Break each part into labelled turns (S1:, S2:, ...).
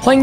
S1: 欢迎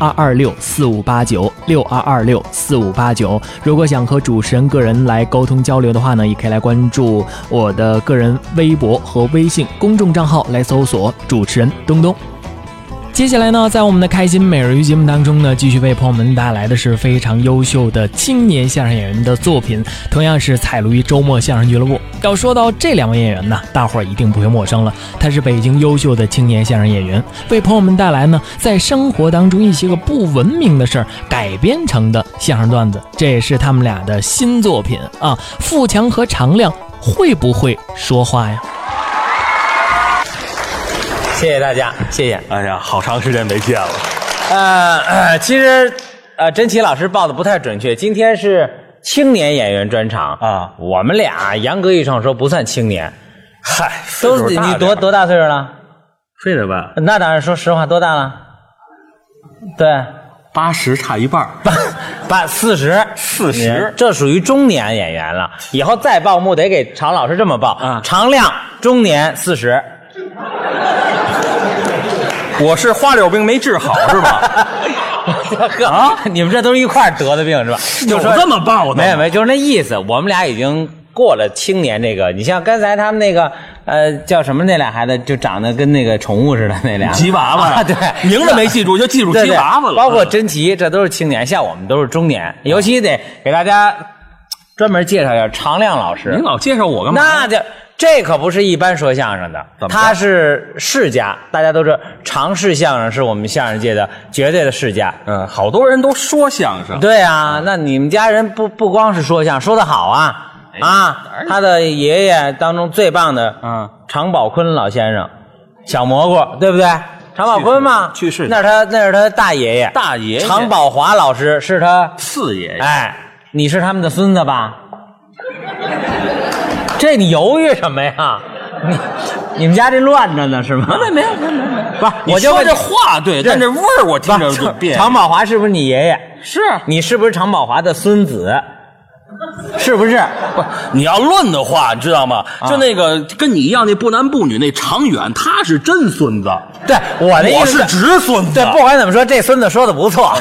S1: 二二六四五八九六二二六四五八九。如果想和主持人个人来沟通交流的话呢，也可以来关注我的个人微博和微信公众账号来搜索主持人东东。接下来呢，在我们的开心每日鱼节目当中呢，继续为朋友们带来的是非常优秀的青年相声演员的作品，同样是采录于周末相声俱乐部。要说到这两位演员呢，大伙儿一定不会陌生了。他是北京优秀的青年相声演员，为朋友们带来呢，在生活当中一些个不文明的事儿改编成的相声段子，这也是他们俩的新作品啊。富强和常亮会不会说话呀？
S2: 谢谢大家，谢谢。
S3: 哎呀，好长时间没见了，
S2: 呃，呃其实，呃，甄奇老师报的不太准确，今天是青年演员专场
S3: 啊
S2: 我们俩严格意义上说不算青年，
S3: 嗨，
S2: 都
S3: 岁数
S2: 是
S3: 大
S2: 你
S3: 点
S2: 多多大岁数了？
S3: 非得问
S2: 那当然，说实话，多大了？对，
S3: 八十差一半儿，
S2: 八四十，
S3: 40
S2: 这属于中年演员了。以后再报幕得给常老师这么报
S3: 啊
S2: 常亮中年四十，
S3: 我是花柳病没治好是 吧？
S2: 哥，啊你们这都是一块儿得的病是吧？就说
S3: 有这么报的吗
S2: 没有没有，就是那意思。我们俩已经过了青年这个，你像刚才他们那个呃叫什么那俩孩子，就长得跟那个宠物似的那俩
S3: 吉娃娃呀
S2: 啊对，
S3: 名字没记住就记住
S2: 对
S3: 吉
S2: 对
S3: 娃娃了，
S2: 包括甄奇，这都是青年，像我们都是中年，尤其得给大家专门介绍一下常亮老师。
S3: 您老介绍我干嘛？
S2: 那就这可不是一般说相声的
S3: 怎么，着
S2: 他是世家，大家都知道，常氏相声是我们相声界的绝对的世家。
S3: 嗯，好多人都说相声，
S2: 对啊，那你们家人不不光是说相声，说的好啊
S3: 哎
S2: 啊！他的爷爷当中最棒的，
S3: 嗯，
S2: 常宝坤老先生，小蘑菇，对不对？常宝坤嘛，
S3: 去世去世
S2: 那是他那是他大爷爷，
S3: 大爷爷
S2: 常宝华老师是他，
S3: 四爷爷，
S2: 哎，你是他们的孙子吧？ 这你犹豫什么呀？你你们家这乱着呢是吗？没没没没没，不是，
S3: 你
S2: 我就
S3: 说
S2: 问
S3: 这
S2: 你
S3: 话对，
S2: 这
S3: 但这味儿我听着就
S2: 不
S3: 别
S2: 是
S3: 扭
S2: 常宝华是不是你爷爷？
S3: 是
S2: 你是不是常宝华的孙子？是不是？啊
S3: 不是，你要论的话，你知道吗？就那个跟你一样那不男不女那常远，他是真孙子，
S2: 对，我的意
S3: 我
S2: 思
S3: 是哎侄孙子，
S2: 对，不管怎么说，这孙子说的不错，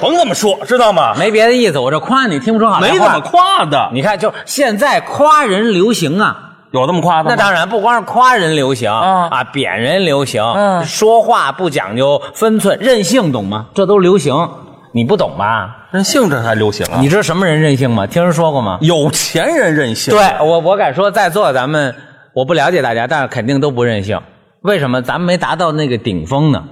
S3: 甭这么说，知道吗？
S2: 没别的意思，我这夸你听不出好来
S3: 没
S2: 话
S3: 怎么。夸的，嗯
S2: 你看，就现在夸人流行啊，
S3: 有这么夸的吗？
S2: 那当然不光是夸人流行
S3: 啊
S2: 啊，贬人流行，
S3: 嗯
S2: 说话不讲究分寸，任性懂吗？这都流行，你不懂吧？
S3: 任性这才流行啊！
S2: 你知道什么人任性吗？听人说过吗？
S3: 有钱人任性，
S2: 对我，我敢说，在座咱们我不了解大家，但是肯定都不任性。为什么咱们没达到那个顶峰呢？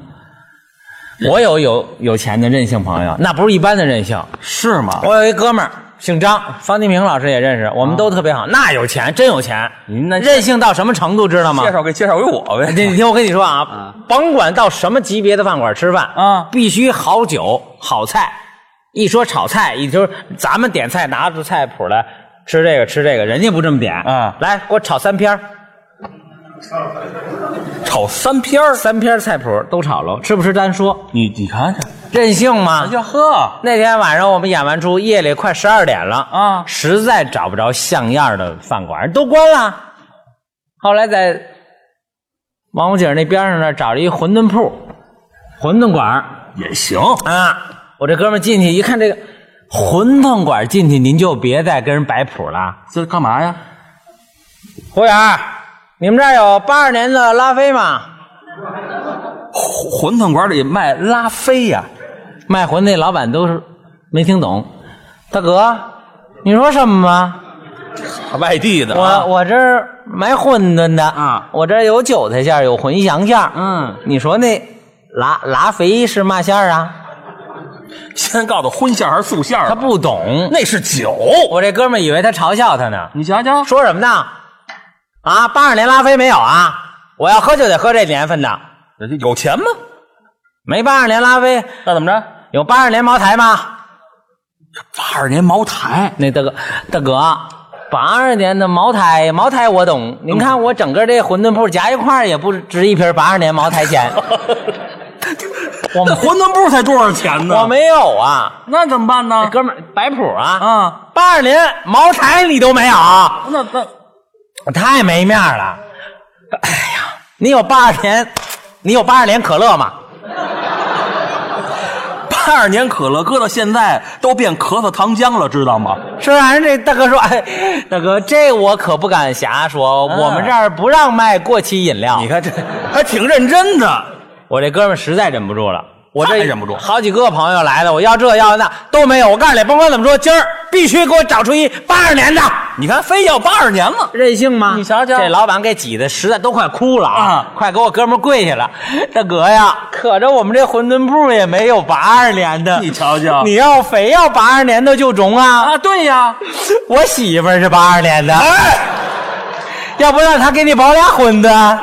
S2: 我有有有钱的任性朋友，那不是一般的任性。
S3: 是吗？
S2: 我有一哥们儿姓张，方金平老师也认识，我们都特别好。那有钱，真有钱，
S3: 您那
S2: 任性到什么程度，知道吗？
S3: 介绍给介绍给我呗。
S2: 哎你你听我跟你说啊，甭管到什么级别的饭馆吃饭
S3: 啊
S2: 必须好酒好菜。一说炒菜，一就是咱们点菜拿出菜谱来吃这个吃这个，人家不这么点
S3: 啊
S2: 来，给我炒三片儿
S3: 炒三片儿，
S2: 三篇菜谱都炒了，吃不吃单说，
S3: 你你看哎看，
S2: 任性吗？
S3: 要喝，
S2: 那天晚上我们演完出，夜里快十二点了
S3: 啊
S2: 实在找不着像样的饭馆，都关了。后来在王府井那边上那儿找了一馄饨铺，馄饨馆儿
S3: 也行。
S2: 啊。我这哥们儿进去一看，这个馄饨馆儿进去，您就别再跟人摆谱了。
S3: 这干嘛呀？
S2: 服务员儿，你们这儿有八二年的拉菲吗？
S3: 馄饨馆里卖拉菲呀、
S2: 卖馄饨那老板都是没听懂，大哥，你说什么吗？
S3: 外地的、啊。
S2: 我我这儿卖馄饨的
S3: 啊
S2: 我这儿有韭菜馅儿，有茴香馅儿。
S3: 嗯，
S2: 你说那拉拉菲是嘛馅儿啊？
S3: 先告诉荤馅儿还是素馅儿吧？
S2: 他不懂，
S3: 那是酒。
S2: 我这哥们儿以为他嘲笑他呢。
S3: 你瞧 瞧，
S2: 说什么呢？啊，八二年拉菲没有啊？我要喝就得喝这年份的，
S3: 人家有钱吗？
S2: 没八二年拉菲，
S3: 那怎么着？
S2: 有八二年茅台吗？
S3: 八二年茅台，
S2: 那大哥，大哥，八二年的茅台，茅台我懂。您
S3: 嗯
S2: 看我整个这馄饨铺夹一块儿也不值一瓶八二年茅台 钱，
S3: 我们馄饨部才多少钱呢？
S2: 我没有啊，
S3: 那怎么办呢？
S2: 哥们儿摆谱啊
S3: 啊，
S2: 八二年茅台你都没有，
S3: 那那
S2: 太没面儿了。哎呀，你有八二年，你有八二年可乐吗？
S3: 八二年可乐搁到现在都变咳嗽糖浆了，知道吗？
S2: 是吧？人这大哥说，哎，大哥，这我可不敢瞎说，我们这儿不让卖过期饮料。
S3: 你看这还挺认真的，
S2: 我这哥们儿实在忍不住了，我这
S3: 太忍不住
S2: 好几个朋友来了，我要这要那都没有。我告诉你，甭管怎么说，今儿必须给我找出一八二年的，
S3: 你看非要八二年嘛，
S2: 任性吗？
S3: 你瞧瞧
S2: 这老板给挤的实在都快哭了
S3: 啊
S2: 快给我哥们儿跪下了，大哥呀，可着我们这馄饨铺也没有八二年的，
S3: 你瞧瞧
S2: 你要非要八二年的就中啊！
S3: 啊，对呀，
S2: 我媳妇儿是八二年的，
S3: 哎
S2: 要不让她给你包俩啊馄饨。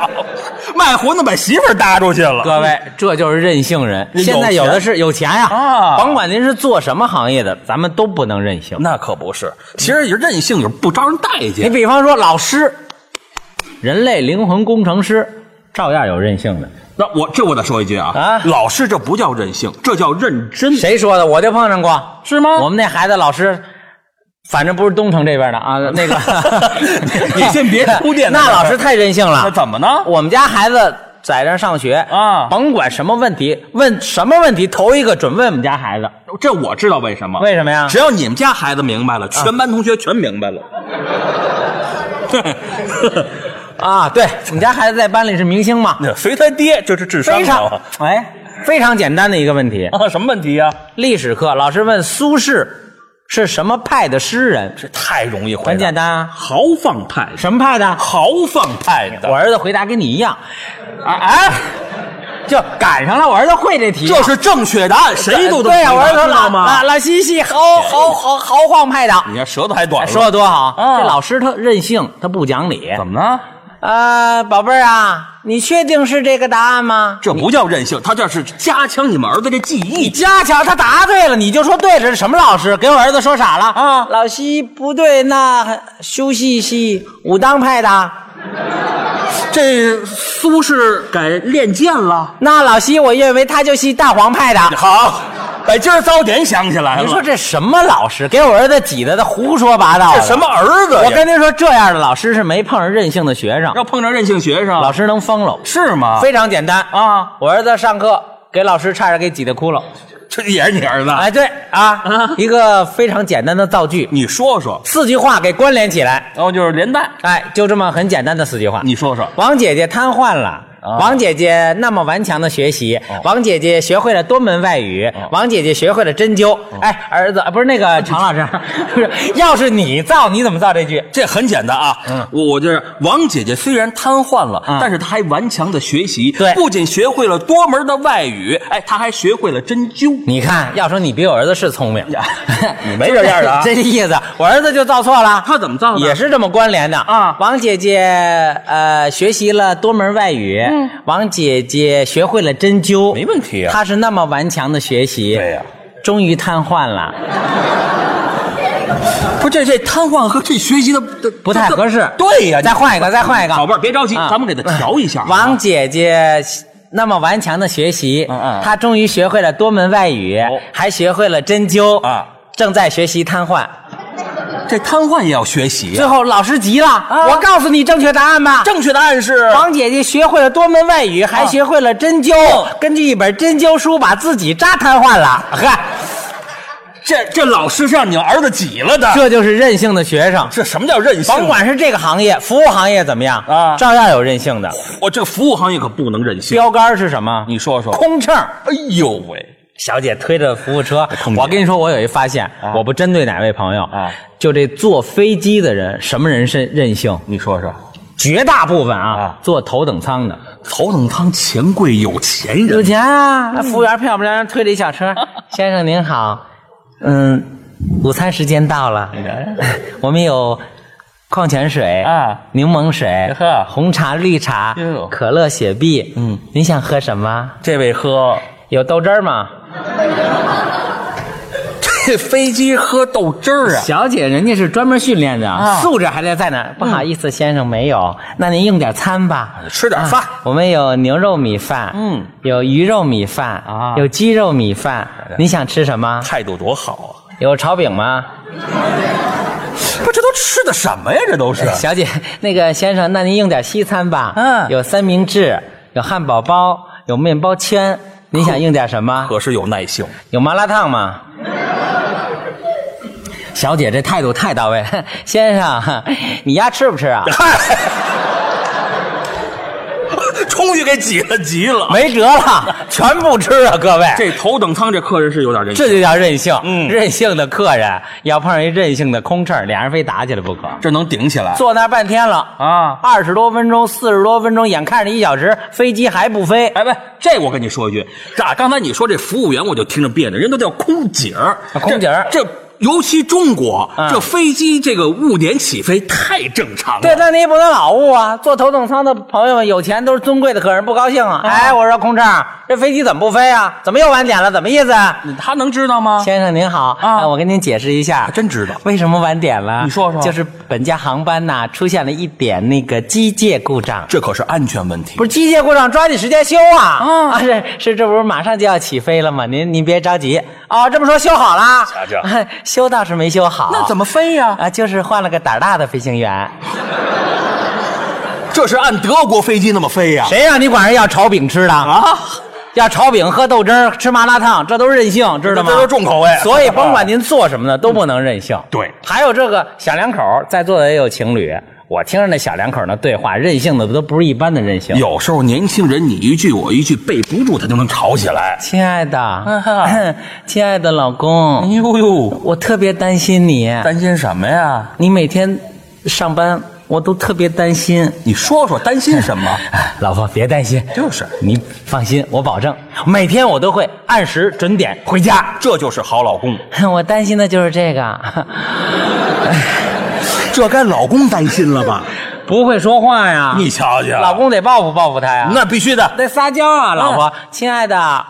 S3: 卖馄饨把媳妇儿搭出去了，
S2: 各位，这就是任性人。
S3: 有
S2: 现在有的是有钱呀、
S3: 啊
S2: 甭管您是做什么行业的，咱们都不能任性。
S3: 那可不是。其实也任性也不招人待
S2: 你
S3: 见，
S2: 比方说老师，人类灵魂工程师，照样有任性的。
S3: 那我这我得说一句啊，
S2: 啊
S3: 老师这不叫任性，这叫认真。
S2: 谁说的？我就碰上过，
S3: 嗯是吗
S2: 我们那孩子老师，反正不是东城这边的啊，那个
S3: ，你先别铺垫啊
S2: 那老师太任性了。
S3: 那怎么呢？
S2: 我们家孩子在这上学
S3: 啊
S2: 甭管什么问题，问什么问题，头一个准问我们家孩子，
S3: 这我知道为什么？啊
S2: 为什么呀？
S3: 只要你们家孩子明白了，全班同学全明白了。
S2: 啊，对，我们家孩子在班里是明星嘛，
S3: 那随他爹，这是智商
S2: 非常
S3: 啊！
S2: 哎，非常简单的一个问题。
S3: 啊，什么问题呀、
S2: 历史课老师问苏轼是什么派的诗人，
S3: 这太容易回答。
S2: 很简单啊，
S3: 豪放派，
S2: 什么派的？
S3: 豪放派的，
S2: 我儿子回答跟你一样，啊哎，就赶上了，我儿子会这题啊，
S3: 这是正确答案，谁都这么
S2: 对呀，啊
S3: 回
S2: 我
S3: 答
S2: 儿子
S3: 知道
S2: 老老
S3: 吗？
S2: 老西西豪豪豪豪晃派的，嗯
S3: 你看舌头还短了，
S2: 说的多好，
S3: 啊
S2: 这老师他任性，他不讲理，
S3: 怎么呢？
S2: 啊，宝贝儿啊，你确定是这个答案吗？
S3: 这不叫任性，他这是加强你们儿子这记忆。
S2: 家巧他答对了，你就说对了，这是什么老师？给我儿子说傻了
S3: 啊
S2: 老西不对，那修西西武当派的，
S3: 这苏轼改练剑了，
S2: 那老西我认为他就是大黄派的。
S3: 好，把今儿早点想起来了。
S2: 您说这什么老师？给我儿子挤得他胡说八道。
S3: 这什？么儿子呀？
S2: 我跟您说，这样的老师是没碰上任性的学生，
S3: 要碰上任性学生，
S2: 老师能疯了。
S3: 是吗？
S2: 非常简单
S3: 啊！
S2: 我儿子上课给老师差点给挤得哭了。
S3: 这也是你儿子？
S2: 哎，对啊
S3: 啊，
S2: 一个非常简单的造句，
S3: 你说说，
S2: 四句话给关联起来。
S3: 然后就是连带，
S2: 哎，就这么很简单的四句话。
S3: 你说说，
S2: 王姐姐瘫痪了。
S3: 啊哦
S2: 王姐姐那么顽强的学习，王姐姐学会了多门外语，王姐姐学会了针灸。
S3: 哦
S2: 哎，儿子，啊不是那 个常老师， 不是，要是你造，你怎么造这句？
S3: 这很简单啊。
S2: 嗯
S3: 我我就是王姐姐，虽然瘫痪了，
S2: 嗯
S3: 但是她还顽强的学习，
S2: 对
S3: 不仅学会了多门的外语，哎，她还学会了针灸。
S2: 你看，要说你比我儿子是聪明
S3: 呀，你没这样的啊
S2: 这意思。我儿子就造错了，
S3: 他怎么造的
S2: 也是这么关联的
S3: 啊
S2: 王姐姐呃学习了多门外语，王姐姐学会了针灸，
S3: 嗯没问题啊
S2: 她是那么顽强的学习，
S3: 对呀
S2: 终于瘫痪了。
S3: 不是这这瘫痪和这学习的的
S2: 不太
S3: 这
S2: 合适。
S3: 对呀，
S2: 再换一个，再换一个。
S3: 宝贝儿别着急，
S2: 啊
S3: 咱们给他调一下啊。
S2: 王姐姐那么顽强的学习，
S3: 嗯嗯
S2: 她终于学会了多门外语，
S3: 哦
S2: 还学会了针灸
S3: 啊，
S2: 正在学习瘫痪。
S3: 这瘫痪也要学习
S2: 最
S3: 呀。
S2: 后老师急了，我告诉你啊正确答案吧。啊
S3: 正确答案是
S2: 王姐姐学会了多门外语，还学会了针灸，根据一本针灸书把自己扎瘫痪了。嗨，
S3: 这这老师是让你们儿子挤了的。
S2: 这就是任性的学生。
S3: 这什么叫任性？
S2: 甭管是这个行业，服务行业怎么样
S3: 啊
S2: 照样有任性的。
S3: 我这服务行业可不能任性。
S2: 标杆是什么？
S3: 你说说，
S2: 空乘。
S3: 哎呦喂，
S2: 小姐推着服务车
S3: 空，姐
S2: 我跟你说，我有一发现，我不针对哪位朋友
S3: 啊，
S2: 就这坐飞机的人，什么人是任性？
S3: 你说说，
S2: 绝大部分啊
S3: 啊，
S2: 坐头等舱的，
S3: 头等舱钱贵有钱
S2: 有
S3: 人，
S2: 钱啊！那服务员漂不亮人推着一小 车，先生您好，嗯，午餐时间到了， 我们有矿泉水
S3: 啊
S2: 柠檬水
S3: 呵
S2: 红茶、绿茶
S3: 哟、
S2: 可乐、雪碧，哎嗯，您想喝什么？
S3: 这 位喝
S2: 有豆汁儿吗？
S3: 这飞机喝豆汁儿啊，
S2: 小姐，人家是专门训练的，素质还得在哪儿？啊嗯不好意思，先生没有，那您用点餐吧。啊
S3: 吃点饭。
S2: 我们有牛肉米饭，
S3: 嗯，
S2: 有鱼肉米饭，
S3: 啊
S2: 有鸡肉米饭。你想吃什么？
S3: 态度多好啊！
S2: 有炒饼吗？
S3: 不，这都吃的什么呀？这都是
S2: 哎小姐， 那个先生，那您用点西餐吧。
S3: 嗯
S2: 有三明治，有汉堡包，有面包圈。您想用点什么？
S3: 可是有耐性。
S2: 有麻辣烫吗？ 小姐，这态度太到位了。先生，你丫吃不吃 啊？
S3: 嗨，终于给挤了，急了。
S2: 没辙了，全不吃啊，各位。
S3: 这头等舱这客人是有点人性，
S2: 这就叫任性，
S3: 嗯
S2: 任性的客人要碰上一任性的空乘，俩人非打起来不可。
S3: 这能顶起来。
S2: 坐那儿半天了
S3: 啊
S2: 二十多分钟，四十多分钟，眼看着一小时，飞机还不飞。
S3: 哎，喂，这我跟你说一句，这刚才你说这服务员，我就听着别扭，人都叫空姐儿，
S2: 啊空姐儿
S3: 这。这尤其中国，
S2: 嗯
S3: 这飞机这个误点起飞太正常了。
S2: 对，但你也不能老误啊！坐头等舱的朋友们，有钱都是尊贵的客人，不高兴啊！哎，我说空乘，这飞机怎么不飞啊？怎么又晚点了？怎么意思啊？
S3: 他能知道吗？
S2: 先生您好，
S3: 啊
S2: 呃我跟您解释一下，
S3: 真知道
S2: 为什么晚点了。
S3: 你说说
S2: 就是本架航班呐、出现了一点那个机械故障。
S3: 这可是安全问题。
S2: 不是机械故障，抓紧时间修啊！啊，是是，这不是马上就要起飞了吗？您您别着急啊、这么说修好啦？
S3: 瞧瞧
S2: 修倒是没修好，
S3: 那怎么飞呀、
S2: 啊？就是换了个胆儿大的飞行员，
S3: 这是按德国飞机那么飞呀、
S2: 谁让你管人要炒饼吃的啊？
S3: 啊，
S2: 要炒饼、喝豆汁儿、吃麻辣烫，这都是任性，知道吗？
S3: 这都重口味
S2: 所以甭管您做什么呢，都不能任性。
S3: 对
S2: 还有这个小两口，在座的也有情侣，我听着那小两口那对话，任性的都不是一般的任性。
S3: 有时候年轻人你一句我一句背不住，他就能吵起来。
S2: 亲爱的， 亲爱的老公，
S3: 啊哎呦呦，
S2: 我特别担心你，
S3: 担心什么呀？
S2: 你每天上班我都特别担心。
S3: 你说说担心什么？
S2: 哎老婆别担心，
S3: 就是
S2: 你放心，我保证每天我都会按时准点回家。
S3: 这就是好老公，
S2: 我担心的就是这个，
S3: 这该老公担心了吧？
S2: 不会说话呀。
S3: 你瞧瞧，
S2: 老公得报复报复他呀，
S3: 啊那必须的，
S2: 得撒娇啊，老婆，亲爱的。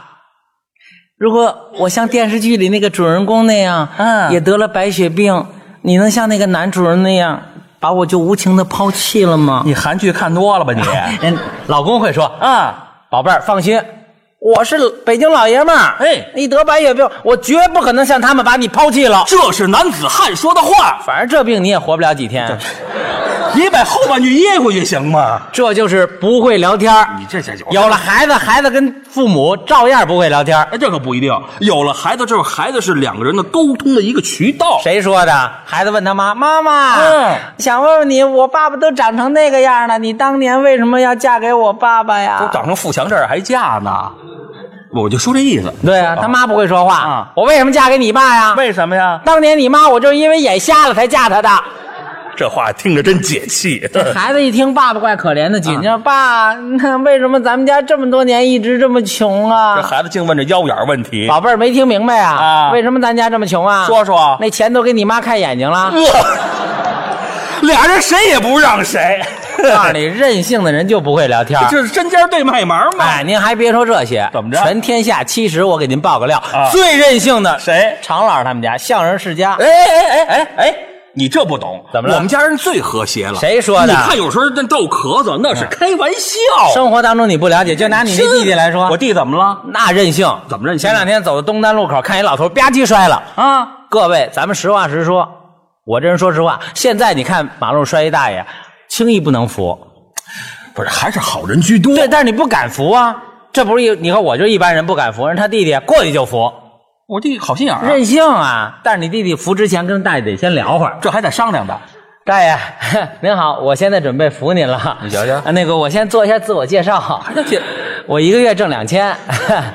S2: 如果我像电视剧里那个主人公那样，
S3: 嗯
S2: 也得了白血病，你能像那个男主人那样，把我就无情的抛弃了吗？
S3: 啊你韩剧看多 了吧你？
S2: 人
S3: 嗯
S2: 老公会说，
S3: 啊，
S2: 宝贝儿，放心，嗯我是北京老爷们儿，
S3: 哎
S2: 你得白血病，我绝不可能像他们把你抛弃了。
S3: 这是男子汉说的话，
S2: 反正这病你也活不了几天，
S3: 你把后半句噎回去行吗？
S2: 这就是不会聊天儿
S3: 你这下有
S2: 有了孩子，孩子跟父母照样不会聊天儿
S3: 哎，这可不一定。有了孩子之后，孩子是两个人的沟通的一个渠道。
S2: 谁说的？孩子问他妈：“妈妈，
S3: 嗯
S2: 想问问你，我爸爸都长成那个样了，你当年为什么要嫁给我爸爸
S3: 都
S2: 呀
S3: 长成富强这儿还嫁呢？我就说这意思。？”
S2: 对啊，他妈不会说话。
S3: 啊
S2: 我嗯为什么嫁给你爸呀？
S3: 为什么呀？
S2: 当年你妈我就是因为眼瞎了才嫁他的。
S3: 这话听着真解气。
S2: 孩子一听爸爸怪可怜的，紧张、爸，嗯 那为什么咱们家这么多年一直这么穷
S3: 这
S2: 啊？
S3: 孩子净问这腰眼问题。
S2: 宝贝儿没听明白啊？
S3: 啊
S2: 为什么咱家这么穷啊？
S3: 说说
S2: 那钱都给你妈看眼睛了。
S3: 呃俩人谁也不让谁，
S2: 告诉你，任性的人就不会聊天儿。
S3: 就是针尖对麦芒嘛。
S2: 啊哎，您还别说这些，
S3: 怎么着
S2: 全天下其实我给您爆个料，
S3: 啊
S2: 最任性的
S3: 谁
S2: 常老师他们家相声世家，
S3: 哎哎哎哎哎，你这不懂，
S2: 怎么了
S3: 我们家人最和谐了。
S2: 谁说的嗯
S3: 你看有时候那逗咳嗽，那是开玩笑。
S2: 生活当中你不了解，就拿你那弟弟来说，
S3: 我弟怎么了？
S2: 那任性，
S3: 怎么任性
S2: 前两天走到东单路口，看一老头吧唧摔了啊！各位，咱们实话实说，我这人说实话，现在你看马路摔一大爷，轻易不能扶，
S3: 不是，还是好人居多。
S2: 对，但是你不敢扶啊，这不是一，你看我就一般人不敢扶，人他弟弟过去就扶，
S3: 我弟好心眼儿啊，
S2: 任性啊！但是你弟弟扶之前跟大爷得先聊会儿，
S3: 这还得商量的。
S2: 大爷， 您好，我现在准备扶您了。
S3: 你瞧瞧
S2: 啊 那个我先做一下自我介绍。
S3: 介
S2: 我一个月挣两千，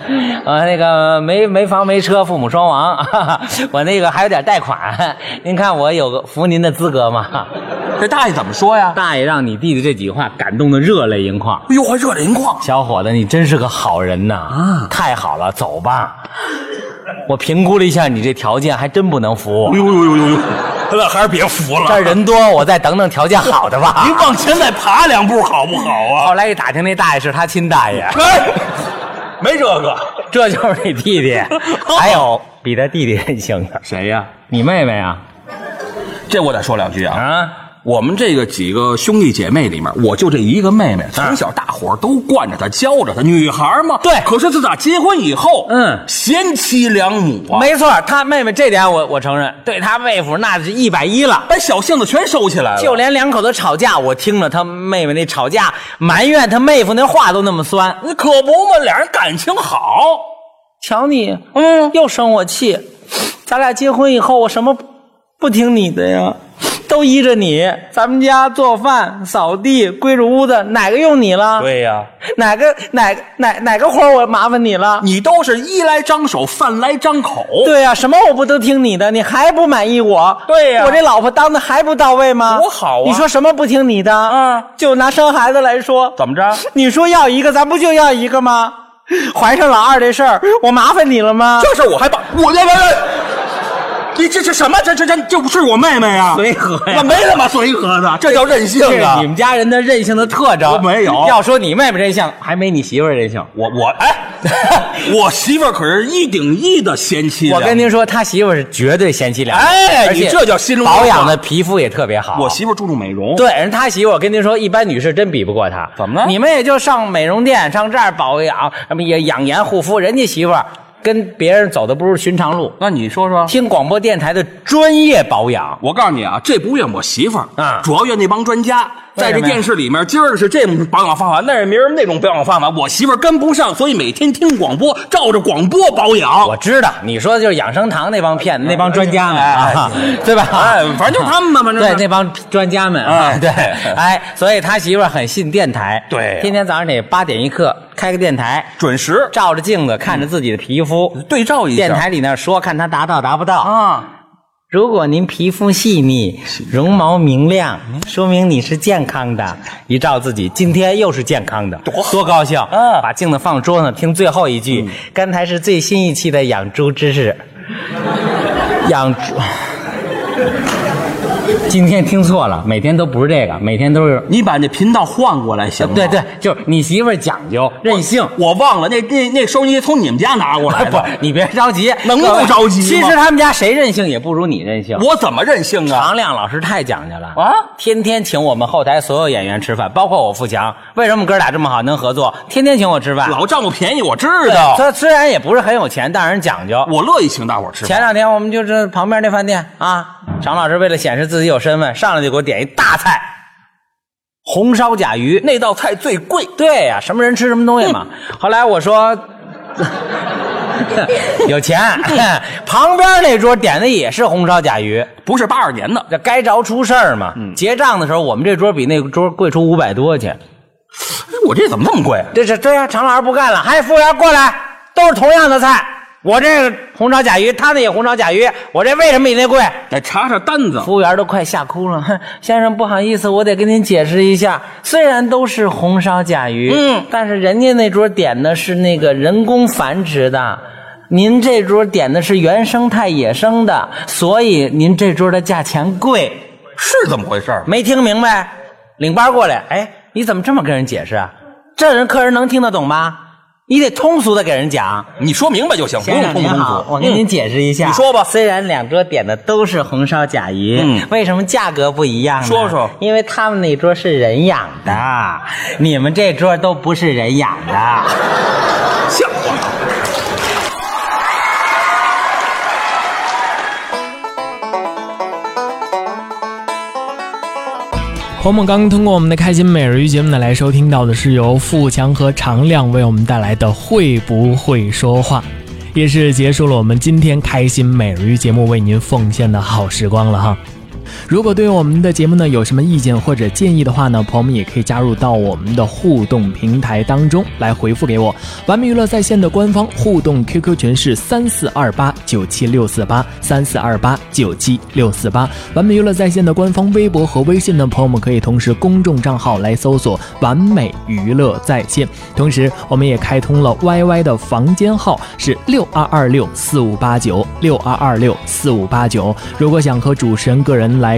S2: 呃，那个没没房没车，父母双亡， 我那个还有点贷款。您看我有个扶您的资格吗？
S3: 这大爷怎么说 呀？
S2: 大爷让你弟弟这几句话感动的热泪盈眶。
S3: 哎呦，还热泪盈眶。
S2: 小伙子，你真是个好人呐！
S3: 啊
S2: 太好了，走吧。我评估了一下你这条件，还真不能扶我
S3: 哎。呦呦呦呦呦，那还是别服
S2: 这儿。人多，我再等等条件好的 吧。
S3: 您往前再爬两步好不好啊？
S2: 后来一打听，那大爷是他亲大爷，
S3: 哎，没这个。
S2: 这就是你弟 弟。还有比他弟弟任性的，
S3: 谁呀、
S2: 你妹妹啊？
S3: 这我得说两句啊。
S2: 啊，
S3: 我们这个几个兄弟姐妹里面，我就这一个妹妹，从小大伙儿都惯着她，教着她，女孩儿嘛。
S2: 对
S3: 可是自打结婚以后，
S2: 嗯
S3: 贤妻良母啊，
S2: 没错，他妹妹这点我我承认，对他妹夫那是一百一了。
S3: 把小性子全收起来了。
S2: 就连两口子吵架，我听了他妹妹那吵架埋怨他妹夫那话都那么酸，
S3: 你可不嘛，俩人感情好，
S2: 瞧你，嗯，又生我气。咱俩结婚以后，我什么不听你的呀，都依着你。咱们家做饭、扫地、归置屋子，哪个用你了？
S3: 对呀、
S2: 哪个哪个哪哪个活儿我麻烦你了？
S3: 你都是衣来张手，饭来张口。
S2: 对呀、什么我不都听你的，你还不满意我？
S3: 对呀
S2: 我这老婆当的还不到位吗？
S3: 多好啊
S2: 你说什么不听你的？
S3: 嗯，
S2: 就拿生孩子来说，
S3: 怎么着？
S2: 你说要一个，咱不就要一个吗？怀上老二这事儿，我麻烦你了吗？
S3: 这事儿我还把我这这，你这这什么？这这这这不是我妹妹啊？
S2: 随和呀
S3: 我没那么随和的，这叫任性
S2: 这是
S3: 啊
S2: 你！们家人的任性的特征。
S3: 我没有
S2: 要说你妹妹任性，还没你媳妇儿任性。
S3: 我我哎， 我媳妇儿可是一顶一的贤妻良
S2: 我
S3: 母。
S2: 跟您说，他媳妇儿是绝对贤妻良母，
S3: 哎
S2: 而且
S3: 你这叫心中有
S2: 保养
S3: 火
S2: 的皮肤也特别好。
S3: 我媳妇儿注重美容，，
S2: 对，人他媳妇，我跟您说，一般女士真比不过他。
S3: 怎么了
S2: 你们也就上美容店，上这儿保养，什么也养颜护肤，人家媳妇儿跟别人走的不是寻常路，
S3: 那你说说。
S2: 听广播电台的专业保养。
S3: 我告诉你啊，这不怨我媳妇儿
S2: 啊
S3: 主要怨那帮专家。
S2: 为
S3: 在
S2: 什么呀
S3: 这电视里面，今儿是这种保养方法，那是明儿那种保养方法，我媳妇儿跟不上，所以每天听广播，照着广播保 养。
S2: 我知道你说的就是养生堂那帮骗子、那帮专家们
S3: 哎
S2: 啊， 对吧？
S3: 哎，反正就是他们嘛，反正
S2: 对
S3: 是
S2: 那帮专家们啊，
S3: 哎
S2: 对，
S3: 对
S2: 哎，所以他媳妇儿很信电台，
S3: 对呀
S2: 天天早上得八点一刻开个电台，
S3: 准时
S2: 照着镜子看着自己的皮肤，
S3: 对照一下。
S2: 电台里那说看他达到达不到。
S3: 啊，
S2: 如果您皮肤细腻，绒毛明亮，说明你是健康的。一照自己，今天又是健康的，多高兴！
S3: 嗯
S2: 把镜子放桌上，听最后一句。刚才是最新一期的养猪知识，养猪。今天听错了，每天都不是这个，每天都是。
S3: 你把那频道换过来行吗？
S2: 对对，就是你媳妇儿讲究任性，
S3: 我忘了那那那收音机从你们家拿过 来
S2: 不
S3: 的，，
S2: 你别着急，
S3: 能不着急吗
S2: 其实他们家谁任性也不如你任性。
S3: 我怎么任性啊？
S2: 常亮老师太讲究了
S3: 啊
S2: 天天请我们后台所有演员吃饭，包括我富强。为什么哥俩这么好能合作？天天请我吃饭，
S3: 老占我便宜，我知
S2: 啊对
S3: 道，
S2: 他虽然也不是很有钱，但是人讲究。
S3: 我乐意请大伙儿吃饭。
S2: 前两天我们就是旁边那饭店啊，常老师为了显示自己有身份，上来就给我点一大菜，红烧甲鱼。
S3: 那道菜最贵，嗯
S2: 对呀、什么人吃什么东西嘛。后来我说。 有钱， 旁边那桌点的也是红烧甲鱼，
S3: 不是八二年的，
S2: 这该着出事儿嘛。结账的时候，我们这桌比那桌贵出五百多去。
S3: 哎我这怎么这么贵？
S2: 这是对呀，常老师不干了，还服务员过来，都是同样的菜，我这个红烧甲鱼，他那也红烧甲鱼，我这为什么比那贵？
S3: 得查查单子。
S2: 服务员都快吓哭了， 哼先生不好意思，我得跟您解释一下，虽然都是红烧甲鱼，
S3: 嗯，
S2: 但是人家那桌点的是那个人工繁殖的。您这桌点的是原生态野生的，所以您这桌的价钱贵。
S3: 是这么回事儿吗？
S2: 没听明白，领班过来，哎，你怎么这么跟人解释啊？这人客人能听得懂吗？你得通俗的给人讲。
S3: 你说明白就行，不
S2: 先
S3: 用
S2: 生
S3: 通
S2: 您好
S3: 通，
S2: 我给您解释一下。
S3: 你说吧
S2: 虽然两桌点的都是红烧甲鱼，
S3: 嗯
S2: 为什么价格不一样呢？
S3: 说说啊
S2: 因为他们那桌是人养的，你们这桌都不是人养的。
S3: 像话吗。
S1: 朋友们刚刚通过我们的开心每日鱼节目呢，来收听到的是由富强和常亮为我们带来的《会不会说话》，也是结束了我们今天开心每日鱼节目为您奉献的好时光了哈。如果对我们的节目呢有什么意见或者建议的话呢，朋友们也可以加入到我们的互动平台当中来回复给我。完美娱乐在线的官方互动 QQ 群是三四二八九七六四八三四二八九七六四八。完美娱乐在线的官方微博和微信呢，朋友们可以同时公众账号来搜索“完美娱乐在线”。同时，我们也开通了 YY 的房间号是六二二六四五八九六二二六四五八九。如果想和主持人个人来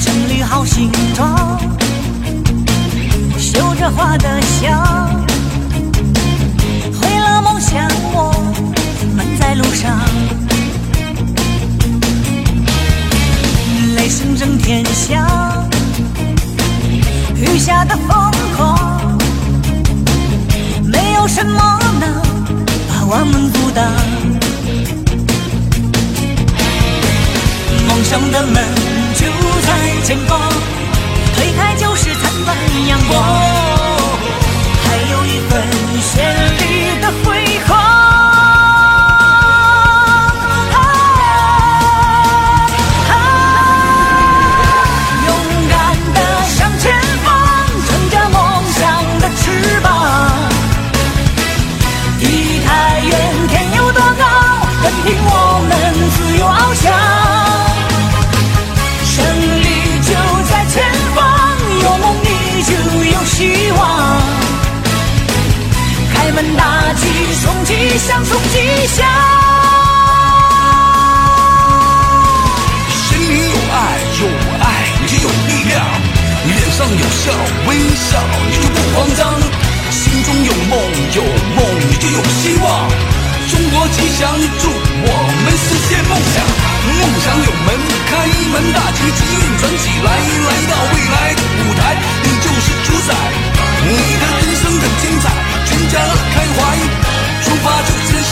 S4: 城里好心痛，绣着花的笑，为了梦想我们在路上，雷声震天响，雨下的疯狂，没有什么能把我们阻挡，梦想的门就在前方，推开就是灿烂阳光，还有一份绚丽的辉煌。啊啊勇敢的向前方，乘着梦想的翅膀。地太远，天有多高，任凭我们自由翱翔。胜利就在前方，有梦你就有希望。开门大吉，送吉祥，送吉祥。
S5: 心里有爱，有爱你就有力量。你脸上有笑，微笑你就不慌张。心中有梦，有梦你就有希望。中国吉祥，祝我们实现梦想。梦想有门，开门大吉，机运转起来。来到未来舞台，你就是主宰。你的人生很精彩，全家开怀，出发就趁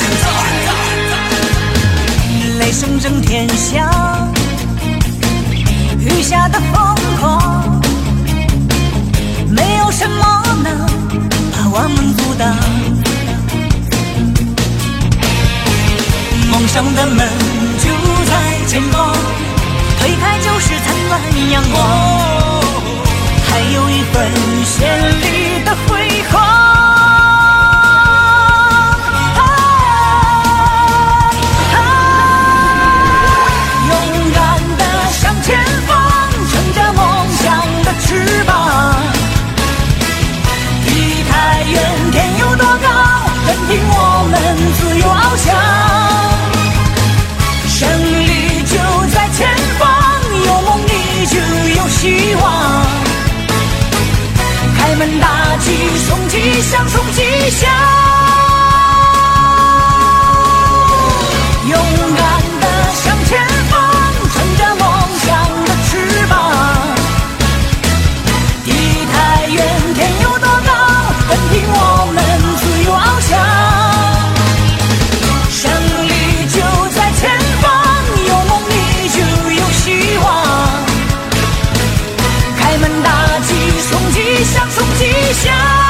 S5: 现在。
S4: 雷声震天响，雨下的疯狂，没有什么能把我们阻挡。梦想的门就在前方，推开就是灿烂阳光，还有一份绚丽的辉煌。啊勇敢的向前方，乘着梦想的翅膀。地太远，天有多高，任凭我们自由翱翔。胜利就在前方，有梦你就有希望。开门大吉，送吉祥，送吉祥。勇敢的向前方，乘着梦想的翅膀。地太远，天有多高，任凭我们自由翱翔。胜利就在前方，有梦你就有希望。开门大吉，送吉祥，送吉祥。